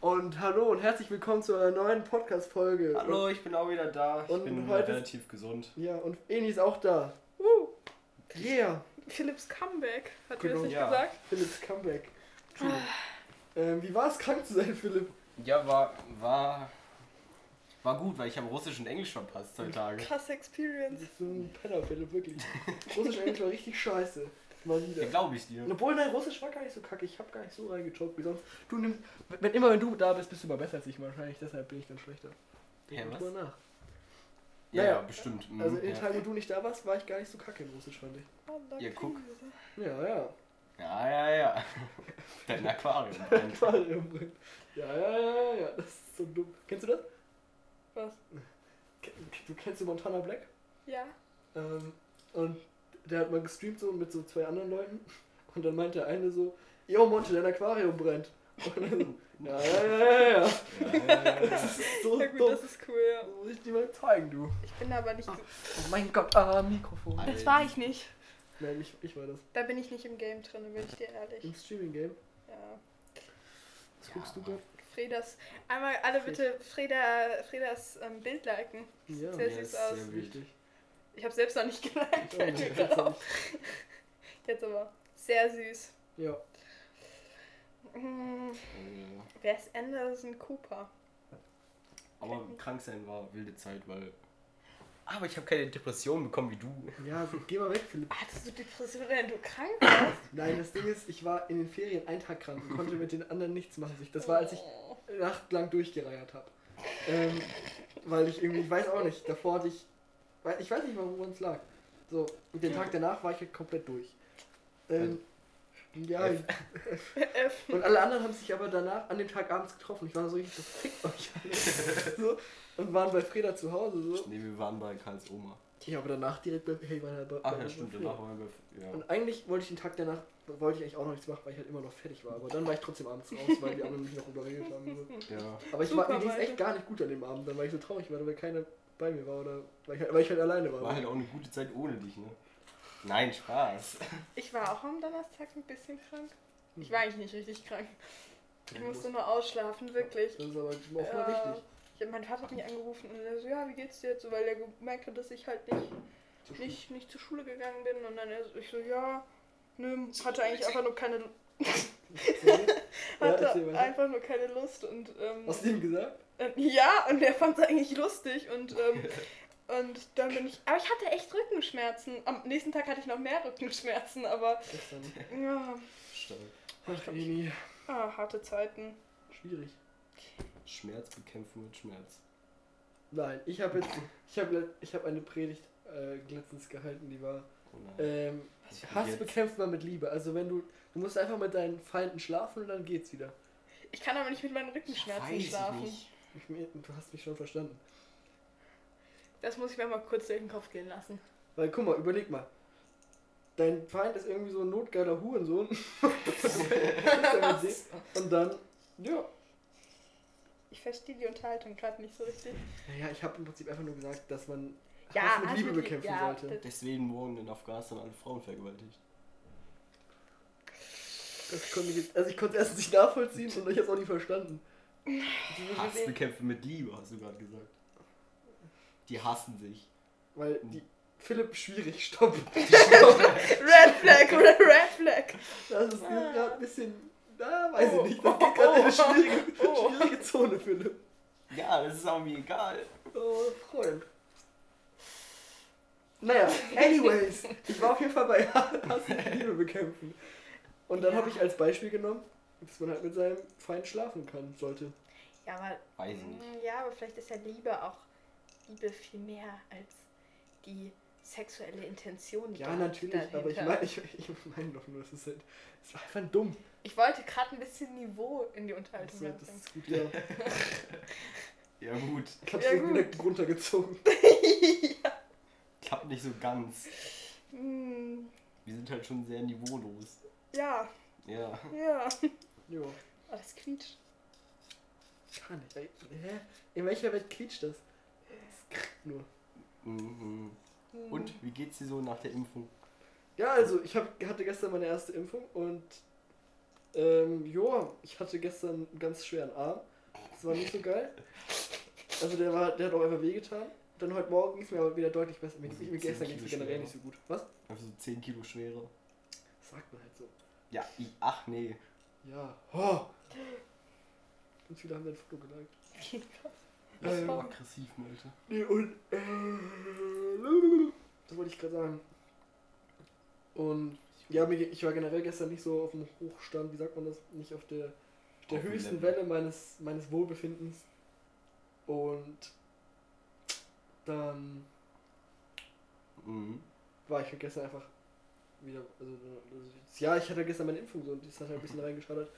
Und hallo und herzlich willkommen zu einer neuen Podcast-Folge. Hallo, ich bin auch wieder da. Ich Und bin äh, heute- relativ gesund. Und, ja, und Eni ist auch da. Uh, Yeah, Philips Comeback, hat mir Genau. das nicht Ja. gesagt? Philipps Comeback. Ah. Entschuldigung. ähm, wie war es, krank zu sein, Philipp? Ja, war, war, war gut, weil ich habe Russisch und Englisch verpasst zwei Tage. Krasse Experience. So ein Penner, Philipp, wirklich. Russisch Englisch war richtig scheiße. Mal wieder. Ja, glaube ich dir. Und Obwohl, nein, Russisch war gar nicht so kacke. Ich habe gar nicht so reingejobbt wie sonst. Du nimmst, wenn immer wenn du da bist, bist du immer besser als ich wahrscheinlich. Deshalb bin ich dann schlechter. Hä, Denk mal was? drüber nach. Ja, Naja. ja, bestimmt. Mhm, Also in den ja. Teilen, wo du nicht da warst, war ich gar nicht so kacke in Russisch, fand ich. Oh, danke. Ja, guck. Ja, ja. ja, ja, ja. Dein Aquarium. Aquarium. oh Ja, ja, ja, ja. Das ist so dumm. Kennst du das? Was? Ke- Du kennst du Montana Black? Ja. Ähm, und der hat mal gestreamt so mit so zwei anderen Leuten. Und dann meint der eine so, yo Monte, dein Aquarium brennt. Und dann so, ja, ja, ja, ja, ja. Ja, ja, ja, ja. Das ist so Ja gut, dumm. das ist cool. ja. Das muss ich dir mal zeigen, du. Ich bin aber nicht. Oh mein Gott, ah, Mikrofon. Alter. Das war ich nicht. Nein, ich, ich war das. Da bin ich nicht im Game drin, bin ich dir ehrlich. Im Streaming-Game. Ja. Was guckst du Ja. gerade? Fredas. Einmal alle bitte Freda, Fredas ähm, Bild liken. Ja, Sehr das Ja, sieht's ist aus. sehr wichtig. wichtig. Ich habe selbst noch nicht geliked. Ja, fällt mir gerade auf. Jetzt aber. Sehr süß. Ja, Hm, Äh, wer ist Anderson Cooper? Aber krank sein war wilde Zeit, weil. Ah, Aber ich habe keine Depression bekommen wie du. ja so, geh mal weg, Philipp. Hattest du Depressionen, wenn du krank warst? Nein, das Ding ist, ich war in den Ferien einen Tag krank und konnte mit den anderen nichts machen. Das war, als ich Oh. nachtlang durchgereiert habe. Ähm, weil ich irgendwie, ich weiß auch nicht, davor hatte ich, weil- ich weiß nicht mal, woran es lag. So, und den Tag danach war ich halt komplett durch. Ähm, ja, ich, F. und alle anderen haben sich aber danach an dem Tag abends getroffen. Ich war so richtig so, fickt euch alle. So, und waren bei Freda zu Hause so. Nee, wir waren bei Karls Oma. Ich habe danach direkt bei, hey, war bei, Ach bei ja, stimmt, Freda. danach waren wir bei. Ja. Und eigentlich wollte ich den Tag danach, wollte ich eigentlich auch noch nichts machen, weil ich halt immer noch fertig war. Aber dann war ich trotzdem abends raus, weil die anderen mich noch überredet haben. So. ja. Aber ich Super, war, mir ging es Malte. echt gar nicht gut an dem Abend, dann, weil ich so traurig war, weil keiner bei mir war oder weil ich halt, weil ich halt alleine war. War halt auch eine gute Zeit ohne dich, ne? Nein, Spaß. Ich war auch am Donnerstag ein bisschen krank. Hm. Ich war eigentlich nicht richtig krank. Ich musste nur ausschlafen, wirklich. Das ist aber auch mal Äh, wichtig. ich, mein Vater hat mich angerufen und er so, ja, wie geht's dir jetzt? So, weil er gemerkt hat, dass ich halt nicht, nicht, nicht zur Schule gegangen bin. Und dann er so, ich so, ja, nö, hatte eigentlich einfach nur keine, Okay. ja, hatte erzähl weiter. einfach nur keine Lust. Und, ähm, Hast du ihm gesagt? Ähm, Ja, und er fand es eigentlich lustig und, ähm, und dann bin ich. Aber ich hatte echt Rückenschmerzen. Am nächsten Tag hatte ich noch mehr Rückenschmerzen, aber Gestern. ja, Stark. Ach, Eni. ah, harte Zeiten. Schwierig. Schmerz bekämpfen mit Schmerz. Nein, ich habe jetzt, ich habe ich hab eine Predigt äh, letztens gehalten, die war, Oh nein. ähm, Was für Hass jetzt? bekämpft man mit Liebe. Also wenn du, du musst einfach mit deinen Feinden schlafen und dann geht's wieder. Ich kann aber nicht mit meinen Weiß Rückenschmerzen ich schlafen. nicht. Ich, mir- du hast mich schon verstanden. Das muss ich mir mal kurz durch den Kopf gehen lassen. Weil guck mal, überleg mal. Dein Feind ist irgendwie so ein notgeiler Hurensohn. und dann, ja. Ich verstehe die Unterhaltung gerade nicht so richtig. Naja, ich habe im Prinzip einfach nur gesagt, dass man Ja, Hass mit Hass Liebe mit Liebe, bekämpfen ja, sollte. Deswegen morgen in Afghanistan alle Frauen vergewaltigt. Das konnte ich jetzt, also ich konnte es erstens nicht nachvollziehen und ich habe es auch nicht verstanden. Hass bekämpfen mit Liebe, hast du gerade gesagt. Die hassen sich. Weil die Philipp schwierig, stopp. Red Flag, Red, Red Flag. Das ist Ah. gerade ein bisschen, na, weiß Oh. ich nicht. Das geht gerade in eine schwierige, Oh. schwierige Zone, Philipp. Ja, das ist auch mir egal. Oh, Freund. Naja, anyways, ich war auf jeden Fall bei Hass und Liebe bekämpfen. Und dann habe ich als Beispiel genommen, dass man halt mit seinem Feind schlafen kann, sollte. Ja, aber. mm, Weiß ich nicht. Ja, aber vielleicht ist ja Liebe auch Liebe viel mehr als die sexuelle Intention. die Ja, da- natürlich, aber ich dahinter- meine ich, ich mein doch nur, das ist halt, das war einfach dumm. Ich wollte gerade ein bisschen Niveau in die Das ist, Unterhaltung halt- das reinbringen. ist gut, ja. Ja gut, Ich hab's Ja, ja, gut. wieder runtergezogen. klappt nicht so ganz. Hm, Wir sind halt schon sehr niveaulos. ja, Ja. ja. Jo, Oh, das quietscht. gar nicht. Ey, Hä? In welcher Welt quietscht das? Es krackt nur. Mhm. Hm. Und wie geht's dir so nach der Impfung? Ja, also ich hab, hatte gestern meine erste Impfung und ähm, ja, ich hatte gestern einen ganz schweren Arm Das war nicht so geil. Also der, war, der hat auch einfach wehgetan. Dann heute Morgen ging es mir aber wieder deutlich besser. Mir ging's- Also mir gestern 10 ging es Kilo generell schwerer. nicht so gut. Was? Einfach so 10 Also Kilo schwerer. Das sagt man halt so. Ja, i- ach nee. Ja. Oh. Und viele haben dein Foto geliked. Das ist Ähm. so aggressiv, Malte. Nee, und. Äh, das wollte ich gerade sagen. Und ja, mir, ge- ich war generell gestern nicht so auf dem Hochstand, wie sagt man das? Nicht auf der, auf der Auf dem höchsten Level. Welle meines, meines Wohlbefindens. Und dann Mhm. war ich halt gestern einfach wieder. Also, also, ja, ich hatte gestern meine Impfung so und das hat halt ein bisschen reingeschadet.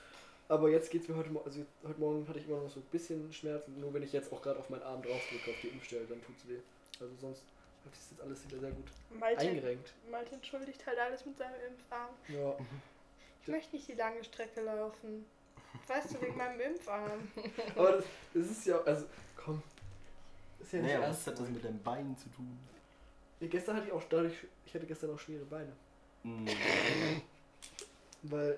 Aber jetzt geht's mir heute Morgen. Also, heute Morgen hatte ich immer noch so ein bisschen Schmerzen. Nur wenn ich jetzt auch gerade auf meinen Arm draufdrücke, auf die Impfstelle, dann tut's weh. Also, sonst hat sich das jetzt alles wieder sehr gut Malte, eingerenkt. Malte entschuldigt halt alles mit seinem Impfarm. Ja. Ich möchte nicht die lange Strecke laufen. Weißt du, wegen meinem Impfarm. Aber das, das ist ja. Also, komm. Ist ja nicht Naja, ernst. was hat das mit deinem Bein zu tun? Ja, gestern hatte ich auch dadurch. Ich hatte gestern auch schwere Beine. Mhm. Weil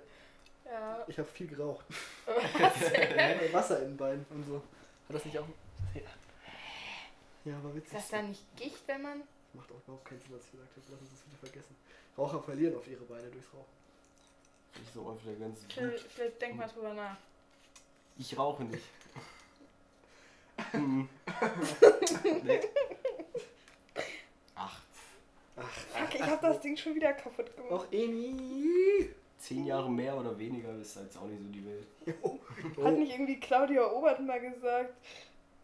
Ja. ich habe viel geraucht. Was? Äh, Wasser in den Beinen und so. Hat das nicht auch. Ja. Ja, aber Ist witzig. das dann nicht Gicht, wenn man. Macht auch überhaupt keinen Sinn, was ich gesagt habe. Lass uns das wieder vergessen. Raucher verlieren auf ihre Beine durchs Rauchen. Ich so oh, einfach der ganze Wut. Vielleicht, vielleicht denk mal drüber nach. Ich rauche nicht. Mhm. nee. Ach, Fuck, ich hab das Ding schon wieder kaputt gemacht. Auch Eni! zehn Jahre mehr oder weniger ist jetzt auch nicht so die Welt. Oh. Hat nicht irgendwie Claudia Obert mal gesagt?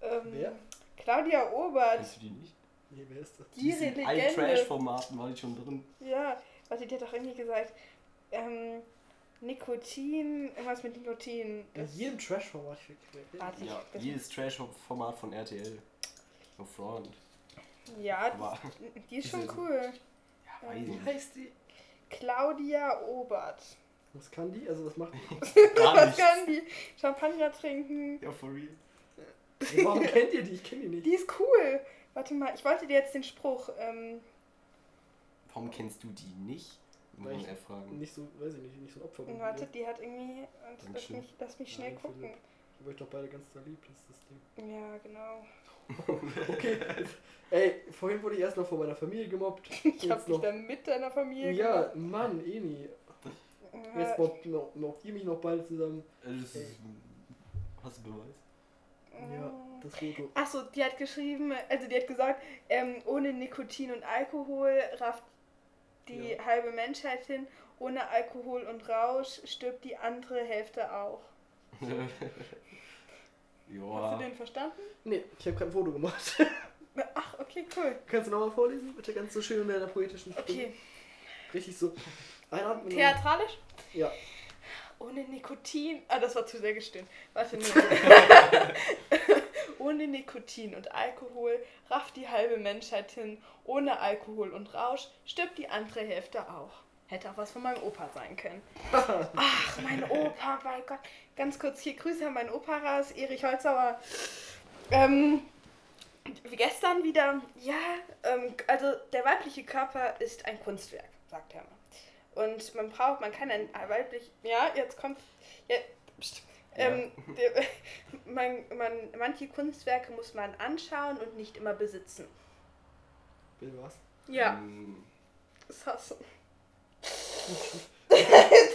Ähm, Wer? Claudia Obert, Kennst du die nicht? Nee, wer ist das? die, Die ist in allen Legende. Trash-Formaten war ich schon drin. Ja, warte, die hat doch irgendwie gesagt, ähm, Nikotin, irgendwas mit Nikotin. In Das, jedem Trash-Format. ich wirklich- warte, Ja, ich, das, jedes Trash-Format von RTL. No front. ja Aber, die, die ist Ist schon das- cool. ja, weiß ich Wie nicht. heißt die? Claudia Obert. Was kann die? Also, was macht die? Gar Was nicht. kann die? Champagner trinken. Ja, for real. Ey, Warum kennt ihr die? Ich kenne die nicht. Die ist cool. Warte mal, ich wollte dir jetzt den Spruch, ähm, Warum kennst du die nicht? Muss Weil man ich- eher fragen. Nicht so, weiß ich nicht, nicht so ein Opfer. bin wie warte, ihr. die hat irgendwie, lass Dankeschön. mich, lass mich schnell Nein, gucken. Ich habe euch doch beide ganz doll lieb, das ist das Ding. Ja, genau. Okay. Ey, vorhin wurde ich erst noch von meiner Familie gemobbt. Ich hab Jetzt dich noch. dann mit deiner Familie Ja, Mann, Eni. Äh. gemacht. Jetzt mobbt noch, noch ihr mich noch beide zusammen. Also, das ist, hast du Beweis? Ja, Äh. das Foto. Achso, die hat geschrieben, also die hat gesagt, ähm, ohne Nikotin und Alkohol rafft die Ja. halbe Menschheit hin, ohne Alkohol und Rausch stirbt die andere Hälfte auch. Hast du ja. den verstanden? Nee, ich habe kein Foto gemacht. Ach, okay, cool. Kannst du nochmal vorlesen? Bitte ganz so schön in deiner poetischen Stimme. Okay, Richtig so. Einatmen. theatralisch? Ja. Ohne Nikotin. Ah, das war zu sehr gestimmt. Warte, nee. Ohne Nikotin und Alkohol rafft die halbe Menschheit hin. Ohne Alkohol und Rausch stirbt die andere Hälfte auch. Hätte auch was von meinem Opa sein können. Ach, mein Opa, mein Gott. Ganz kurz hier Grüße an meinen Opa raus, Erich Holzauer. Ähm, wie gestern wieder, ja, ähm, also der weibliche Körper ist ein Kunstwerk, sagt er immer. Und man braucht, man kann ein weiblich, ja, jetzt kommt, ja, pst, ähm, der, man, man, manche Kunstwerke muss man anschauen und nicht immer besitzen. Hm. Bill was? Ja, Ähm, das hast du.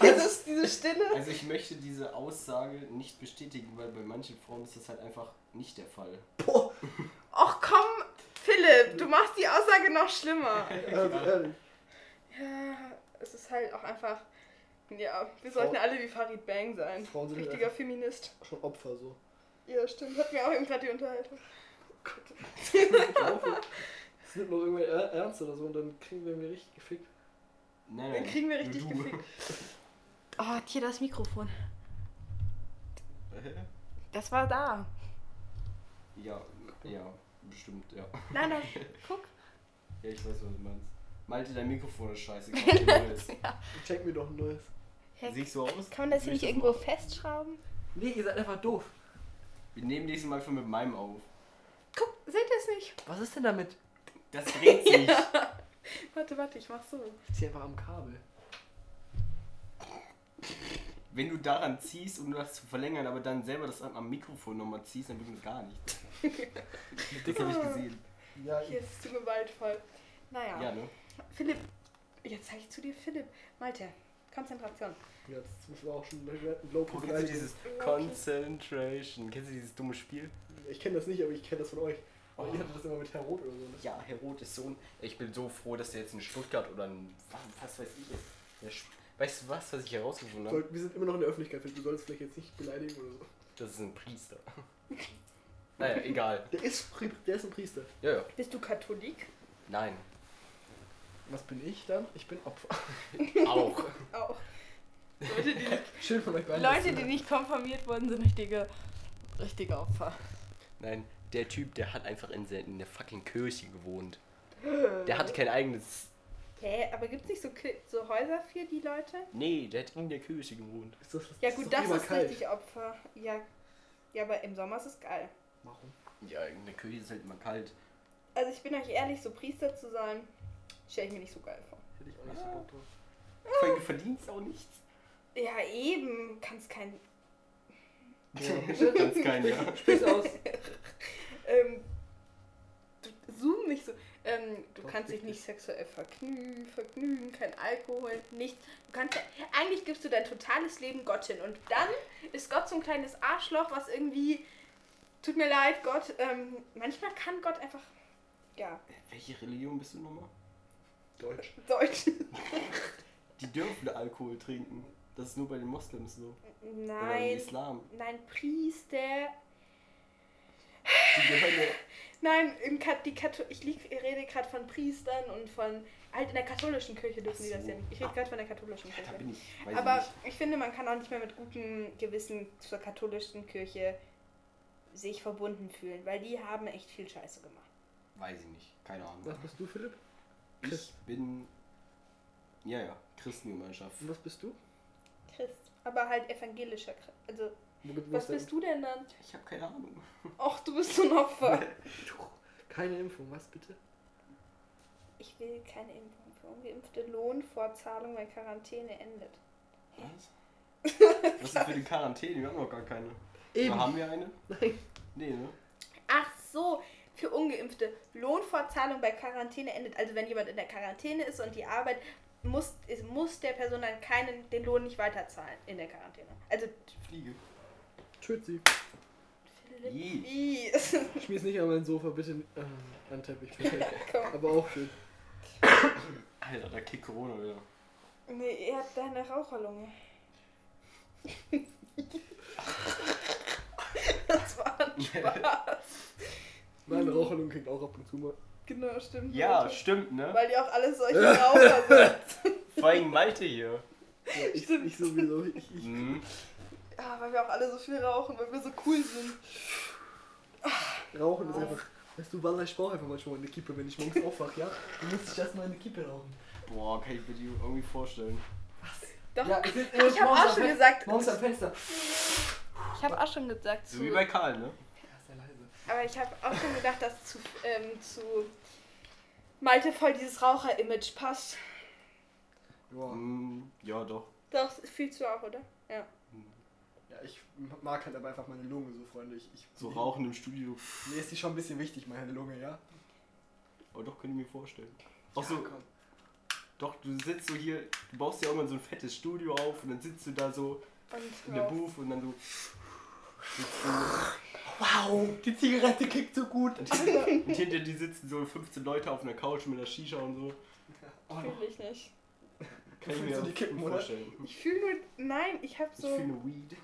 Dieses, diese Stille. Also ich möchte diese Aussage nicht bestätigen, weil bei manchen Frauen ist das halt einfach nicht der Fall. Boah, Och komm, Philipp, du machst die Aussage noch schlimmer. also ehrlich. Ja, es ist halt auch einfach. Ja, wir sollten Frau- alle wie Farid Bang sein. Frauen sind halt Richtiger einfach- Feminist. Schon Opfer so. Ja, stimmt. Hat mir auch eben gerade die Unterhaltung. Es nimmt noch irgendwer er- ernst oder so und dann kriegen wir mir richtig gefickt. Nein, Dann kriegen wir richtig du. gefickt. Oh, hier das Mikrofon. Das war da. Ja, ja, bestimmt, ja. Nein, das, guck. Ja, ich weiß, was du meinst. Malte, dein Mikrofon ist scheiße. kauf dir ein neues. Schenk mir doch ein neues. Heck. Siehst du aus? Kann man das Soll hier ich nicht irgendwo machen? festschrauben? Nee, ihr seid einfach doof. Wir nehmen nächstes Mal einfach mit meinem auf. Guck, seht ihr es nicht? Was ist denn damit? Das dreht sich. Warte, warte, ich mach so. Ist hier einfach am Kabel. Wenn du daran ziehst, um das zu verlängern, aber dann selber das am Mikrofon nochmal ziehst, dann bringt es gar nichts. das habe ich gesehen. Ja, Hier ist es zu gewaltvoll. Naja. Ja, ne? Philipp, jetzt zeige ich zu dir Philipp. Malte, Konzentration. jetzt müssen wir auch schon einen Low Boah, kennst du dieses Concentration? Kennst du dieses dumme Spiel? Ich kenne das nicht, aber ich kenne das von euch. Weil Oh. ihr hattet das immer mit Herr Roth oder so. Ne? Ja, Herr Roth ist so ein. Ich bin so froh, dass der jetzt in Stuttgart oder in. Was weiß ich jetzt. Der Sp- Weißt du was, was ich herausgefunden habe? Soll- wir sind immer noch in der Öffentlichkeit, Philipp, du sollst vielleicht jetzt nicht beleidigen oder so. Das ist ein Priester. naja, egal. Der ist, Pri der ist ein Priester. Ja, ja. Bist du Katholik? Nein. Was bin ich dann? Ich bin Opfer. Auch. Auch. Leute, die, Schön von euch beiden. Leute, dass die ihr- nicht konfirmiert wurden, sind richtige, richtige Opfer. Nein, der Typ, der hat einfach in, se- in der fucking Kirche gewohnt. Der hatte kein eigenes. Hä, aber gibt's nicht so, Ki- so Häuser für die Leute? Nee, der hat in der Kirche gewohnt. Ist das, Ja ist gut, doch das immer ist kalt. richtig Opfer. Ja. ja, aber im Sommer ist es geil. Warum? Ja, in der Kirche ist halt immer kalt. Also ich bin euch ehrlich, so Priester zu sein, stelle ich mir nicht so geil vor. Hätte ich auch nicht so Bock drauf. Vor allem, du verdienst auch nichts. Ja, eben. Kannst kein... Ja. Ganz kein, ja. Sprich aus. Ähm, du- zoom nicht so. Ähm, du Doch, kannst dich richtig. nicht sexuell vergnügen, vergnügen, kein Alkohol, nichts. Du kannst, eigentlich gibst du dein totales Leben Gott hin. Und dann ist Gott so ein kleines Arschloch, was irgendwie... Tut mir leid, Gott. Ähm, manchmal kann Gott einfach... Ja, Welche Religion bist du nochmal? Deutsch. Deutsch. Die dürfen Alkohol trinken. Das ist nur bei den Moslems so. Oder im Nein. Islam. Nein, Priester. Die gehören ja. Nein, im Kat die Kato ich lieg, rede gerade von Priestern und von. Halt, in der katholischen Kirche dürfen die Ach das so. ja nicht. Ich rede gerade von der katholischen Da Kirche. bin ich. Weiß Aber ich nicht. ich finde, man kann auch nicht mehr mit gutem Gewissen zur katholischen Kirche sich verbunden fühlen, weil die haben echt viel Scheiße gemacht. Weiß ich nicht. Keine Ahnung. Was bist du, Philipp? Ich bin. Ja, ja. Christengemeinschaft. Und was bist du? Christ. Aber halt evangelischer Christ. Also, Wo gibt- wo was ist dein- bist du denn dann? Ich habe keine Ahnung. Och, du bist so ein Opfer. Keine Impfung, was bitte? Ich will keine Impfung für ungeimpfte Lohnfortzahlung, wenn Quarantäne endet. Was? Was ist denn für die Quarantäne? Wir haben noch gar keine. Oder haben wir eine? Nein. Nee, ne? Ach so, für Ungeimpfte. Lohnfortzahlung bei Quarantäne endet. Also wenn jemand in der Quarantäne ist und die Arbeit, muss, es muss der Person dann keinen, den Lohn nicht weiterzahlen in der Quarantäne. Also, Fliege. Tschüssi. Philipp, Je. wie? Schmier's nicht an mein Sofa, bitte. Ähm, an den Teppich, bitte. Komm. Aber auch schön. Alter, da kickt Corona wieder. Nee, er hat deine Raucherlunge. das war ein Spaß. Meine Raucherlung kriegt auch ab und zu mal. Genau, stimmt. Ja, Leute. stimmt, ne? Weil die auch alle solche Raucher sind. Vor allem Malte hier. Ja, ich, Stimmt. ich sowieso. Ich, ich, Mhm. Ah, weil wir auch alle so viel rauchen, weil wir so cool sind. Hm. rauchen ist einfach. Weißt du, Wallah, ich brauche einfach manchmal eine Kippe, wenn ich morgens aufwache, ja? Dann muss ich erstmal eine Kippe rauchen. Boah, kann ich mir die irgendwie vorstellen. Doch, Ja, ich, sitz ich morgens hab am auch schon Fen- gesagt, Morgens am Fenster. Ich habe auch schon gesagt, So zu, wie bei Karl, ne? Ja, sehr leise. aber ich habe auch schon gedacht, dass zu, ähm, zu Malte voll dieses Raucher-Image passt. Boah. Mhm. Ja, doch. Doch, fühlst du auch, oder? Ja. Ja, ich mag halt aber einfach meine Lunge so, Freunde. Ich, ich, Hm. So rauchen im Studio. Mir ist die schon ein bisschen wichtig, meine Lunge, ja? Aber doch, könnte ich mir vorstellen. Auch Ja, so, komm. doch, du sitzt so hier, du baust dir irgendwann so ein fettes Studio auf und dann sitzt du da so in Und der raus. Booth und dann so. Sitzt du- Wow, die Zigarette kickt so gut. Und hinter dir sitzen so 15 Leute auf einer Couch mit einer Shisha und so. Oh, fühle ich nicht. Kann ich Fühlst mir du die Kippen, gut oder? vorstellen. Ich fühle nur, nein, ich habe Ich so, fühle Weed.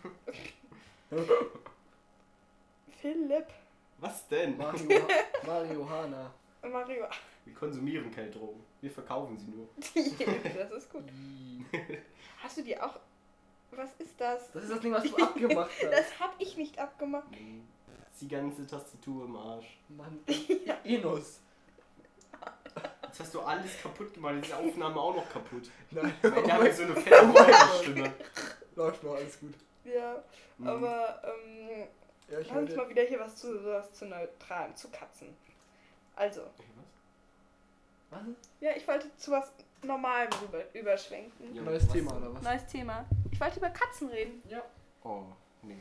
Philipp, Was denn? Mario, Mario Hana. Mario, Wir konsumieren keine Drogen. Wir verkaufen sie nur. das ist gut. Hast du dir auch, was ist das? Das ist das Ding, was du abgemacht hast. Das habe ich nicht abgemacht. Die ganze Tastatur im Arsch. Mann, Enos. Jetzt hast du alles kaputt gemacht. Jetzt ist die Aufnahme auch noch kaputt. Nein, Weil da habe ich so eine fette Mäuerstimme. läuft noch alles gut. Ja, Mhm. aber, ähm, Ja, ich lass uns höre mal wieder hier was zu, was zu neutralen, zu Katzen. Also, Was? Ja, ich wollte zu was Normalem rüber, überschwenken. Ja, Neues was Thema denn? oder was? Neues Thema. Ich wollte über Katzen reden. Ja. Oh, nee.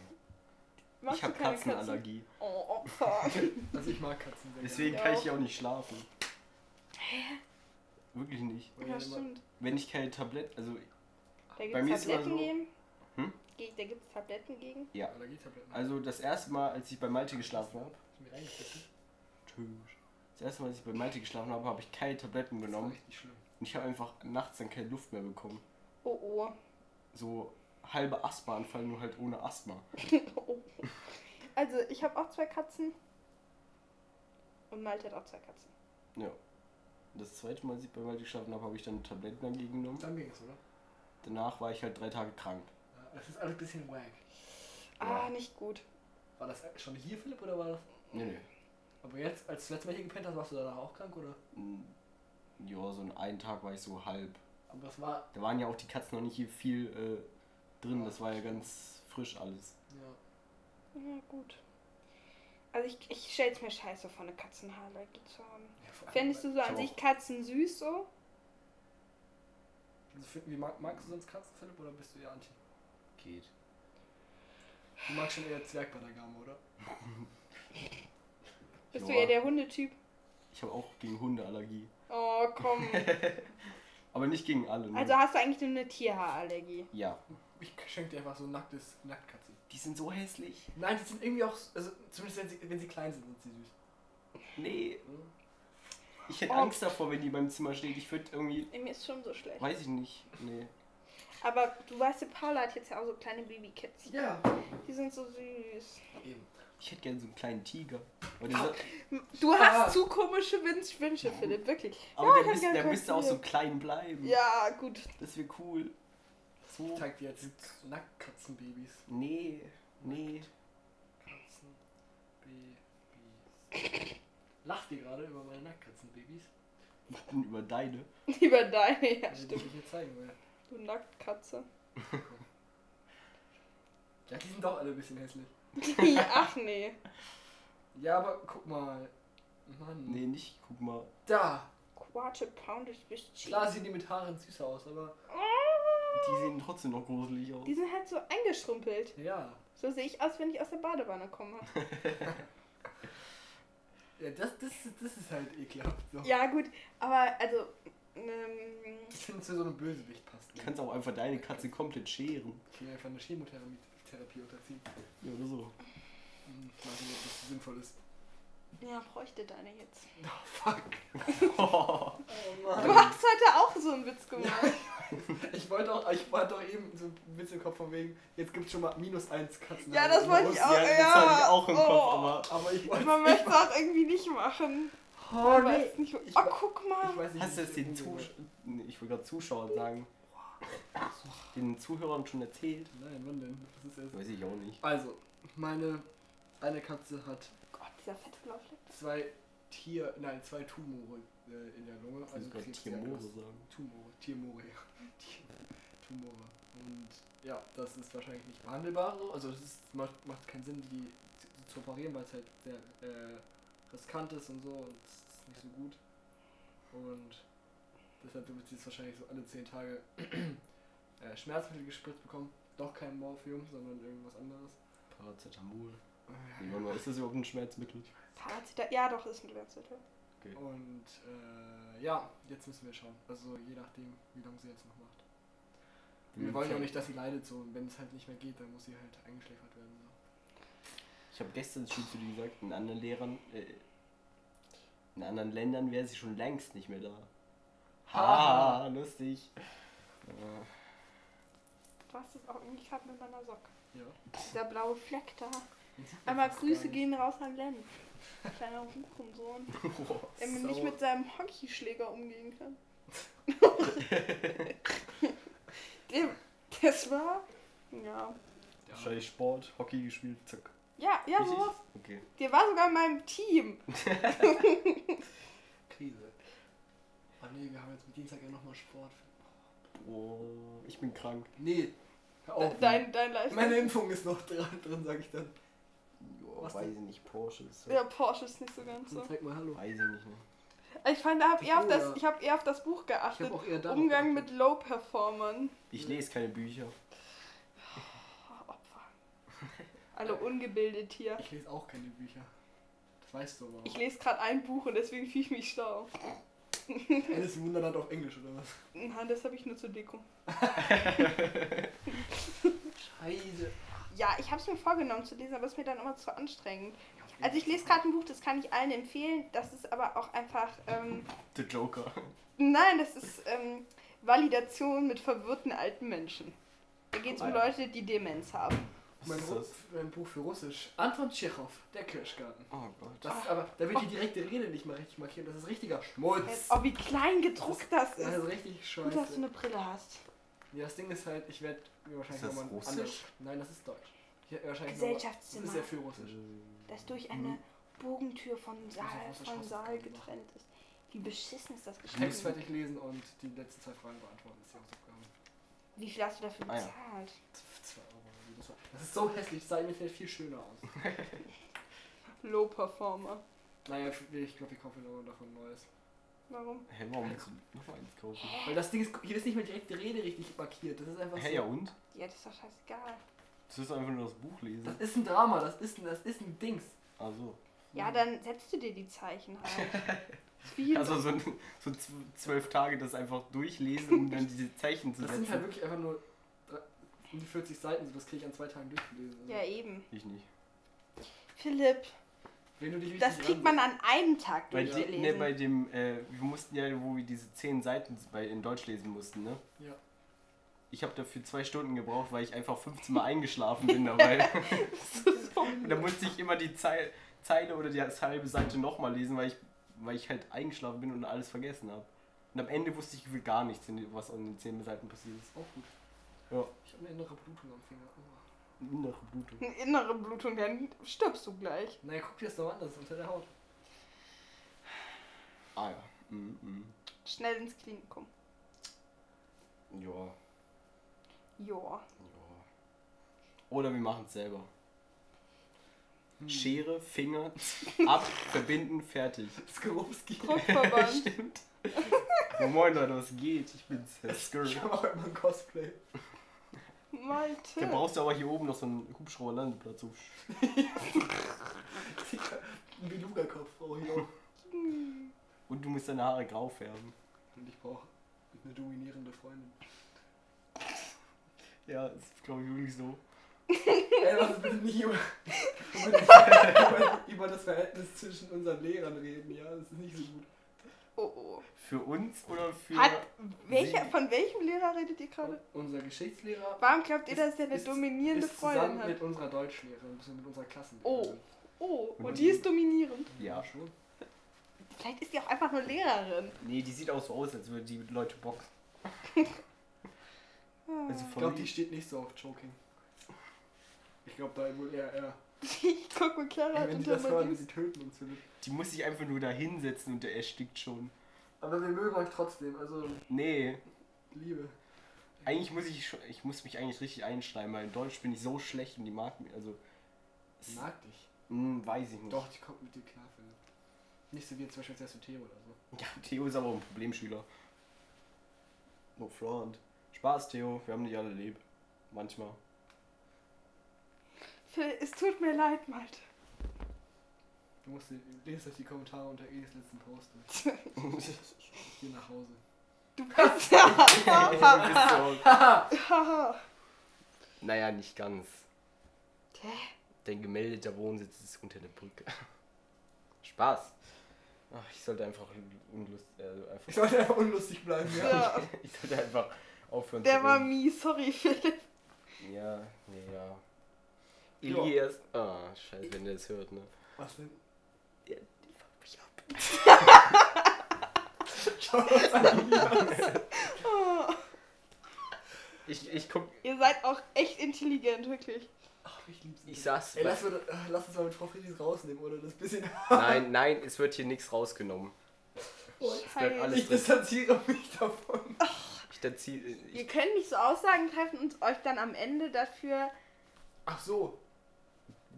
Magst ich habe du keine Katzen? Katzenallergie. Oh, Opfer. Also ich mag Katzen sehr Deswegen Ja. kann ich hier auch nicht schlafen. Hä? Wirklich nicht. gerne. ja, stimmt. Wenn ich keine Tablette, also Da Bei mir gibt es ist immer Tabletten so- gegen. Hm? Gegen- Da gibt es Tabletten gegen. ja. Allergietabletten. Also das erste Mal, als ich bei Malte geschlafen habe, Ist mir reingefressen. das erste Mal, als ich bei Malte geschlafen habe, habe ich keine Tabletten Das war genommen richtig schlimm. und ich habe einfach nachts dann keine Luft mehr bekommen. Oh, oh. So halbe Asthmaanfall, nur halt ohne Asthma. Also, ich habe auch zwei Katzen. Und Malte hat auch zwei Katzen. Ja. Das zweite Mal, als ich bei Malte geschlafen habe, habe ich dann Tabletten dagegen genommen. Dann ging es, oder? Danach war ich halt drei Tage krank. Ja, Das ist alles ein bisschen wack. Ja. Ah, nicht gut. War das schon hier, Philipp, oder war das? Nee, nee. Aber jetzt, als du letztes Mal hier gepennt hast, warst du danach auch krank, oder? Mm, Ja, so in einem Tag war ich so halb. Aber das war. Da waren ja auch die Katzen noch nicht hier viel äh, drin. Das war ja ganz frisch alles. Ja. Ja, gut. Also, ich, ich stelle es mir scheiße vor, eine Katzenhaarallergie zu haben. ja vor allem, Fändest du so an Ich hab sich Katzen süß so? Also, Phil- wie mag, magst du sonst Katzen, Philipp, oder bist du eher Anti? Geht. Du magst schon eher Zwerg bei der Gamme, oder? Bist du Joa. eher der Hundetyp? Ich habe auch gegen Hunde Allergie. Oh, komm. Aber nicht gegen alle. Ne? Also hast du eigentlich nur eine Tierhaarallergie. ja. Ich schenke dir einfach so ein nacktes Nacktkatzen. Die sind so hässlich. Nein, die sind irgendwie auch. Also, zumindest wenn sie, wenn sie klein sind, sind sie süß. Nee. Mhm. Ich hätte Oh. Angst davor, wenn die beim Zimmer steht. Ich würde irgendwie. Mir ist schon so schlecht. Weiß ich nicht. Nee. Aber du weißt, ja, Paula hat jetzt ja auch so kleine Babykätzchen. Ja. Die sind so süß. Eben. Ich hätte gerne so einen kleinen Tiger. Aber der, soll- Du hast Ah. zu komische Wins- Wünsche, Philipp, wirklich. aber ich der, hab müsste, gern der keinen müsste auch Tiger. so klein bleiben. Ja, gut. Das wäre cool. Ich So. zeig dir jetzt Nacktkatzenbabys. Nee. Nee. Katzenbabys. Lacht ihr gerade über meine Nacktkatzenbabys? Ich bin über deine. Lieber deine, ja, Also, die stimmt. ich dir zeigen will. Du Nacktkatze. Ja, die sind doch alle ein bisschen hässlich. Ach nee. Ja, aber guck mal. Mann. Nee, nicht. Guck mal. Da! Quarter Pounded with Cheese. Klar sehen die mit Haaren süßer aus, aber Die sehen trotzdem noch gruselig aus. Ah. Die sind halt so eingeschrumpelt. ja. So sehe ich aus, wenn ich aus der Badewanne komme. ja das, das, das ist halt ekelhaft. So. Ja, gut, aber also. Ähm, Das sind zu so einem Bösewicht passt. Du ne? kannst auch einfach deine Katze komplett scheren. Ich will einfach eine Chemotherapie Therapie unterziehen. Ja, oder so. Hm, Mal sehen, ob das sinnvoll ist. ja, bräuchte deine jetzt. Oh, fuck. Oh, Mann. Du hast heute auch so einen Witz gemacht. Ich wollte auch, ich war doch eben so ein Witz im Kopf von wegen, jetzt gibt's schon mal minus eins Katzen. Ja, das wollte ich auch. ja, Ja, das hatte ich auch im oh. Kopf, aber. Aber ich wollte. Man möchte es auch irgendwie nicht machen. Oh, Man nee. weiß nicht, Ich oh, wa- guck Ich mal. weiß nicht, Hast du wie es ich den umgehen Zusch soll. nee, ich will gerade Zuschauern sagen, den Zuhörern schon erzählt? Nein, wann denn? Das ist erst. Weiß ich auch nicht. Also, meine eine Katze hat Gott, dieser fette Blaufleck. zwei Tier, nein, zwei Tumore äh, in der Lunge. Also Also ich gerade Krebsdiagnose. Tiermose sagen. Tumore, Tiermore, ja. Tier- Tumore. Und ja, das ist wahrscheinlich nicht behandelbar so. Also das ist, macht, macht keinen Sinn, die zu, zu operieren, weil es halt sehr äh, riskant ist und so und es ist nicht so gut. Und deshalb wird sie jetzt wahrscheinlich so alle 10 Tage äh, Schmerzmittel gespritzt bekommen. Doch kein Morphium, sondern irgendwas anderes. Paracetamol. Nee, warte mal, ist das überhaupt ein Schmerzmittel? Paracetamol. Ja, doch, ist ein Schmerzmittel. Und äh, ja, jetzt müssen wir schauen. Also je nachdem, wie lange sie jetzt noch macht. Wir wollen ja auch nicht, dass sie leidet so. Und wenn es halt nicht mehr geht, dann muss sie halt eingeschläfert werden. So. Ich habe gestern schon zu dir gesagt, in anderen Lehrern, äh, in anderen Ländern wäre sie schon längst nicht mehr da. Haha. Ha, lustig. Äh, Du hast es auch irgendwie gerade mit meiner Socke. Ja. Dieser blaue Fleck da. Den sieht man Einmal fast Grüße gar nicht. gehen raus an Len. Kleiner Hurensohn. boah. Der mir nicht Sau. mit seinem Hockeyschläger umgehen kann. der, das war. Ja. Ja. Wahrscheinlich Sport, Hockey gespielt, zack. Ja, ja, Richtig? sowas. Okay. Der war sogar in meinem Team. Krise. Oh nee, wir haben jetzt am Dienstag ja nochmal Sport. Boah, Oh, ich bin krank. Nee. Hör auf. dein dein Leistung. Oh, Meine Impfung ist noch dran, drin, sag ich dann. Joa, Was Oh, weiß denn? ich nicht, Porsche ist so. ja, Porsche ist nicht so ganz so. Zeig mal Hallo. Weiß ich nicht, ne? Ich fand, da hab eher auf Oh, das, ja. ich habe eher auf das Buch Ich habe geachtet. auch eher da. Umgang mit Low-Performern. Ich lese keine Bücher. Alle ungebildet hier. Ich lese auch keine Bücher. Das weißt du aber. Ich lese gerade ein Buch und deswegen fühle ich mich schlau. Alice im Wunderland auf Englisch oder was? Nein, das habe ich nur zur Deko. Scheiße. Ja, ich habe es mir vorgenommen zu lesen, aber es ist mir dann immer zu anstrengend. Also ich lese gerade ein Buch, das kann ich allen empfehlen. Das ist aber auch einfach... Ähm, The Joker. Nein, das ist ähm, Validation mit verwirrten alten Menschen. Da geht es um Ah ja. Leute, die Demenz haben. Mein, ist Ru- das? mein Buch für Russisch. Anton Tschechow, der Kirschgarten. Oh Gott. Das ist aber, da wird die direkte Rede nicht mal richtig markiert. Das ist richtiger Schmutz. Oh, wie klein gedruckt das Das ist ist. richtig Gut, dass du scheiße. eine Brille hast. Ja, das Ding ist halt, ich werde mir wahrscheinlich Ist das nochmal Russisch? Nein, das ist Deutsch. Ich werd wahrscheinlich noch mal- Gesellschaftszimmer. Das ist ja viel Äh, Russisch. das durch eine Mhm. Bogentür vom Saal, Russisch vom hast du Saal keine getrennt ist. Wie beschissen ist das Text geschrieben? fertig lesen und die letzten zwei Fragen beantworten. Das ist die Hausaufgabe. Wie viel hast du dafür Ah ja. bezahlt? Z- zwei Euro oder wie das war. Das ist so hässlich, das sah mir viel schöner aus. Low Performer. Naja, ich glaube, wir kaufen nochmal davon Neues. Warum? Hä, warum willst du noch eins kaufen? Äh. Weil das Ding ist, hier ist nicht mal direkt die Rede richtig markiert. Das ist einfach Hä, so. ja und? Ja, das ist doch scheißegal. Hm. Du sollst einfach nur das Buch Das lesen. ist ein Drama, das ist ein, das ist ein Dings. Also. Ja, dann setzt du dir die Zeichen halt. Wie? Also so, ein- so zw- zwölf Tage das einfach durchlesen, um dann diese Zeichen zu Das sind halt setzen. wirklich einfach nur drei- um die 40 Seiten, so das kriege ich an zwei Tagen durchgelesen. Also, ja, eben. Ich nicht. Philipp, Wenn du dich das richtig kriegt man ransetzt- an einem Tag Bei, de, ne, durchgelesen. bei dem, äh, wir mussten ja, wo wir diese zehn Seiten bei, in Deutsch lesen mussten, ne? Ja. Ich habe dafür zwei Stunden gebraucht, weil ich einfach 15 Mal eingeschlafen bin dabei. Und da musste ich immer die Zeil, Zeile oder die halbe Seite nochmal lesen, weil ich, weil ich halt eingeschlafen bin und alles vergessen habe. Und am Ende wusste ich gefühlt gar nichts, in- was an den zehn Seiten passiert ist. Auch gut. Ja. Ich habe eine innere Blutung am Finger. Oh. Nach Blutung. Eine innere Blutung, dann stirbst du gleich. Naja, guck dir das doch an, das ist unter der Haut. Ah ja. Mm Schnell ins Klinikum. -mm. Ja. Joa. Ja. Oder wir machen es selber. Hm. Schere, Finger, ab, verbinden, fertig. Skorupski. Druckverband. Oh, moin Leute, was geht? Ich bin's, Herr Skirr. Ich habe auch immer ein Cosplay. Da Malte. brauchst du aber hier oben noch so einen Hubschrauber-Landeplatz. So. Ein Beluga-Kopf Oh, brauche ich auch. Und du musst deine Haare grau färben. Und ich brauche eine dominierende Freundin. Ja, ist glaube ich wirklich so. Ey, lass uns bitte nicht über, über, das, über, über das Verhältnis zwischen unseren Lehrern reden, ja? Das ist nicht so gut. Oh Für uns oder oh. für. Hat, welcher, Sie. von welchem Lehrer redet ihr gerade? Unser Geschichtslehrer Warum glaubt ihr, dass er eine Oh. Ist- dominierende ist zusammen Freundin mit hat? unserer Deutschlehrerin, bzw. mit unserer Klassenlehrerin. Oh. Oh, und die ist dominierend. Ja. schon. Vielleicht ist sie auch einfach nur Lehrerin. Nee, die sieht auch so aus, als würde die Leute boxen. Also Ich von glaube, die steht nicht so auf Choking. Ich glaube, da wohl eher, eher. Ich guck mal, Clara Ey, hat wenn die unter das hören, meinem die töten uns Philipp. die muss sich einfach nur da hinsetzen und der erstickt schon. Aber wir mögen euch trotzdem, also Nee, Liebe. Eigentlich muss ich, schon- ich muss mich eigentlich richtig einschreiben, weil in Deutsch bin ich so schlecht und die mag mich, also Die mag dich. hm, weiß ich nicht. Doch, die kommt mit dir klar, Philipp. Nicht so wie zum Beispiel als Theo oder so. Ja, Theo ist aber ein Problemschüler. No front. Spaß, Theo, wir haben dich alle lieb. Manchmal. Phil, Es tut mir leid, Malte. Du musst die- lest euch die Kommentare unter Edis letzten Post durch. Geh nach Hause. Du bist ja. naja, nicht ganz. Hä? Dein gemeldeter Wohnsitz ist unter der Brücke. Spaß. Ach, ich sollte einfach unlust, äh, Ich einfach, sollte einfach unlustig bleiben, ja? Ja, ich sollte einfach aufhören der zu war reden. mies, sorry, Philipp. Ja, nee, ja. Ja. Elias. Ah, scheiße, wenn der das hört, ne? Was denn? Ich Schau uns an, Elias. Oh, Ich, ich guck. ihr seid auch echt intelligent, wirklich. Ach, ich lieb's. Ich saß. Ey, lass, mal, äh, lass uns mal mit Frau Friedrichs rausnehmen, oder? Das bisschen. Nein, nein, es wird hier nichts rausgenommen. Oh, bleibt Scheiße. alles- Ich distanziere mich davon. Ich dann zieh, Ihr ich, könnt nicht so Aussagen treffen und euch dann am Ende dafür. Ach so.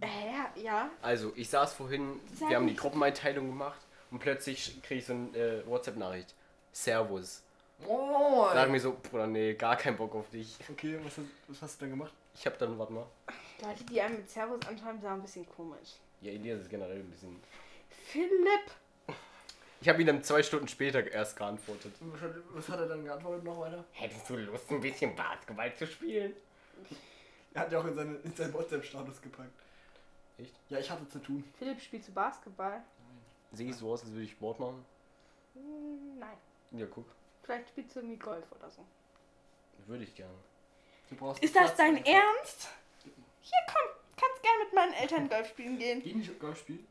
Hä? Ja? Also, ich saß vorhin, Sag wir haben die nicht. Gruppeneinteilung gemacht und plötzlich kriege ich so eine äh, WhatsApp-Nachricht. Servus. Moin. Oh, Sag mir so, Bruder, nee, gar keinen Bock auf dich. Okay, was hast, was hast du dann gemacht? Ich habe dann, warte mal. Leute, die einem mit Servus anschreiben, sind auch ein bisschen komisch. Ja, Elias ist generell ein bisschen. Philipp! Ich habe ihn dann zwei Stunden später erst geantwortet. Was hat, was hat er dann geantwortet noch weiter? Hättest du Lust, ein bisschen Basketball zu spielen? Er hat ja auch in, seine, in seinen WhatsApp-Status gepackt. Echt? Ja, ich hatte zu tun. Philipp spielst du Basketball? Sehe ich so aus, als würde ich Sport machen? Hm, nein. Ja, guck. Vielleicht spielst du irgendwie Golf oder so. Würde ich gerne. Du brauchst Ist das Platz dein einfach. Ernst? Hier, komm, kannst gerne mit meinen Eltern Golf spielen gehen. Gegen die Golf spielen?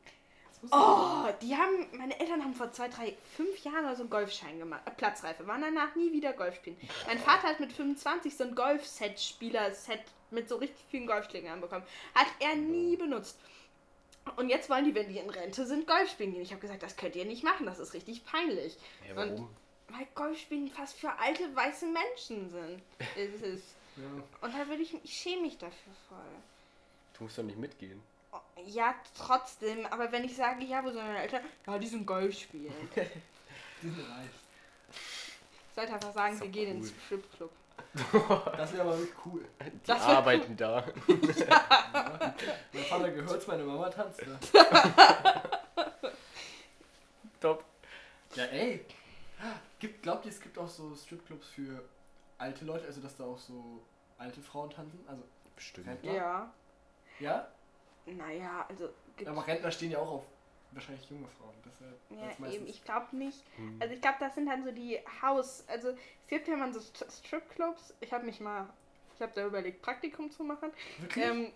Oh, die haben, meine Eltern haben vor zwei, drei, fünf Jahren oder so einen Golfschein gemacht. Äh, Platzreife, waren danach nie wieder Golf spielen. Mein Vater hat mit 25 so ein Golf-Set-Spieler-Set mit so richtig vielen Golfschlägen anbekommen. Hat er nie benutzt. Und jetzt wollen die, wenn die in Rente sind, Golf spielen gehen. Ich habe gesagt, das könnt ihr nicht machen, das ist richtig peinlich. Ja, Und- warum? Weil Golf spielen fast für alte weiße Menschen sind. Ist es. Ja. Und da würde ich, ich schäme mich dafür voll. Oh, Du musst doch nicht mitgehen. Ja, trotzdem, aber wenn ich sage, ja, wo sind meine Eltern? Ja, die sind Golf spielen. Die sind reich. Ich sollte einfach sagen, Ist doch wir gehen cool. ins Stripclub. Das wäre aber wirklich cool. Die Das wird- arbeiten da. Mein Vater gehört's, meine Mama tanzt ne? da. Top. Ja, ey. Gibt, glaubt ihr, es gibt auch so Stripclubs für alte Leute, also dass da auch so alte Frauen tanzen? Also, Bestimmt. Ja. Ja. ja? Naja, also gibt Aber Rentner stehen ja auch auf wahrscheinlich junge Frauen. Deshalb weil's ja, eben, meistens- Hm. ich glaube nicht. Also ich glaube, das sind dann so die Haus, also es gibt ja mal so St- Stripclubs. Ich habe mich mal, ich habe da überlegt, Praktikum zu machen. Wirklich? Ähm,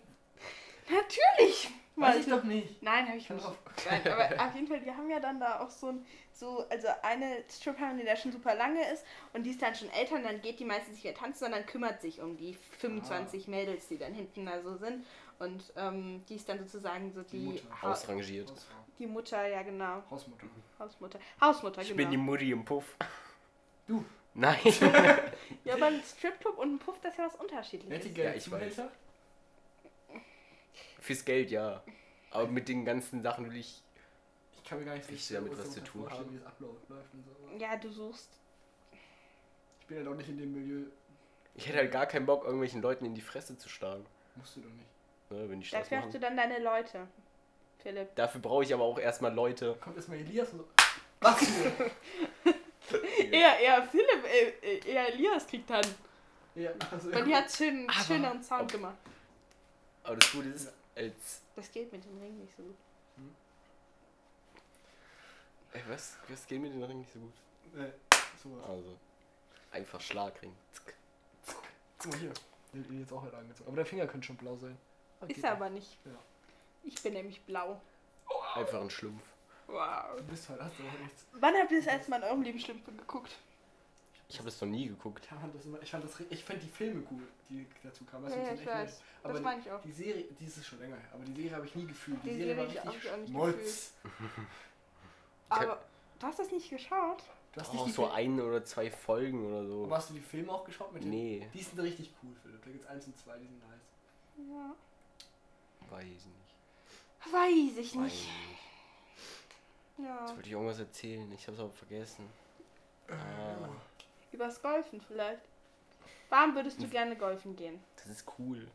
natürlich. Weiß mal. ich doch nicht. Nein, habe ich Kann nicht. drauf. Nein, aber auf jeden Fall, die haben ja dann da auch so ein, so, also eine Stripperin, die da schon super lange ist und die ist dann schon älter und dann geht die meistens nicht mehr tanzen, sondern kümmert sich um die 25 Ah. Mädels, die dann hinten da so sind. Und ähm, die ist dann sozusagen so Die die, Mutter. Ha- Ausrangiert. Hausfrau. die Mutter, ja genau. Hausmutter. Hausmutter. Hausmutter, Ich bin die genau. Mutti im Puff. Du. Nein. Ja, aber ein Stripclub und ein Puff, das ist ja was Nette unterschiedliches. Geld. ich Fürs Geld, ja. Aber mit den ganzen Sachen will ich. Ich kann mir gar nicht Ich richtig sehe damit, was darunter zu tun vorstellen, haben. Wie das abläuft läuft und so. aber Ja, du suchst. Ich bin ja doch nicht in dem Milieu. Ich hätte halt gar keinen Bock, irgendwelchen Leuten in die Fresse zu schlagen. Musst du doch nicht. Ne, wenn die Stress Dafür machen. hast du dann deine Leute, Philipp. Dafür brauche ich aber auch erstmal Leute. Kommt erstmal Elias und so. Was? Eher, eher Philipp, äh, äh, eher Elias kriegt dann. ja, also, Weil die hat schön, Aber- schöneren Sound gemacht. Aber das Gute ist, als. Das geht mit dem Ring nicht so gut. Ey, was? Was geht mit den Ringen nicht so gut? Äh, sowas. Also. Einfach Schlagring. Zck. Guck mal hier. Der hat ihn jetzt auch halt angezogen. Aber der Finger könnte schon blau sein. Ist er aber nicht. Ja. Ich bin nämlich blau. Einfach ein Schlumpf. Wow. Du bist halt, hast du aber nichts. Wann habt ihr das erste Mal in eurem Leben Schlümpfe geguckt? Ich habe das noch nie geguckt. Ich fand das immer, ich fand das, ri- ich fand die Filme cool, die dazu kamen. Weißt du, Ja, die ja, sind ich echt weiß. nice. Aber das die- meine ich auch. Die Serie, die ist schon länger her, aber die Serie habe ich nie gefühlt. Die, Die Serie, Serie war hab ich auch richtig nicht Schmolz. Aber du hast das nicht geschaut? Du hast nicht Auch die so Fil- ein oder zwei Folgen oder aber so. hast du die Filme auch geschaut mit denen? Nee, Die sind richtig cool, Philipp. Da gibt's eins und zwei, die sind nice. Ja. weiß ich nicht. Weiß ich Weiß ich nicht. nicht. Jetzt Ja. wollte ich irgendwas erzählen. Ich hab's aber vergessen. Äh. Ah, Übers Golfen vielleicht. Warum würdest du gerne golfen gehen? das ist cool.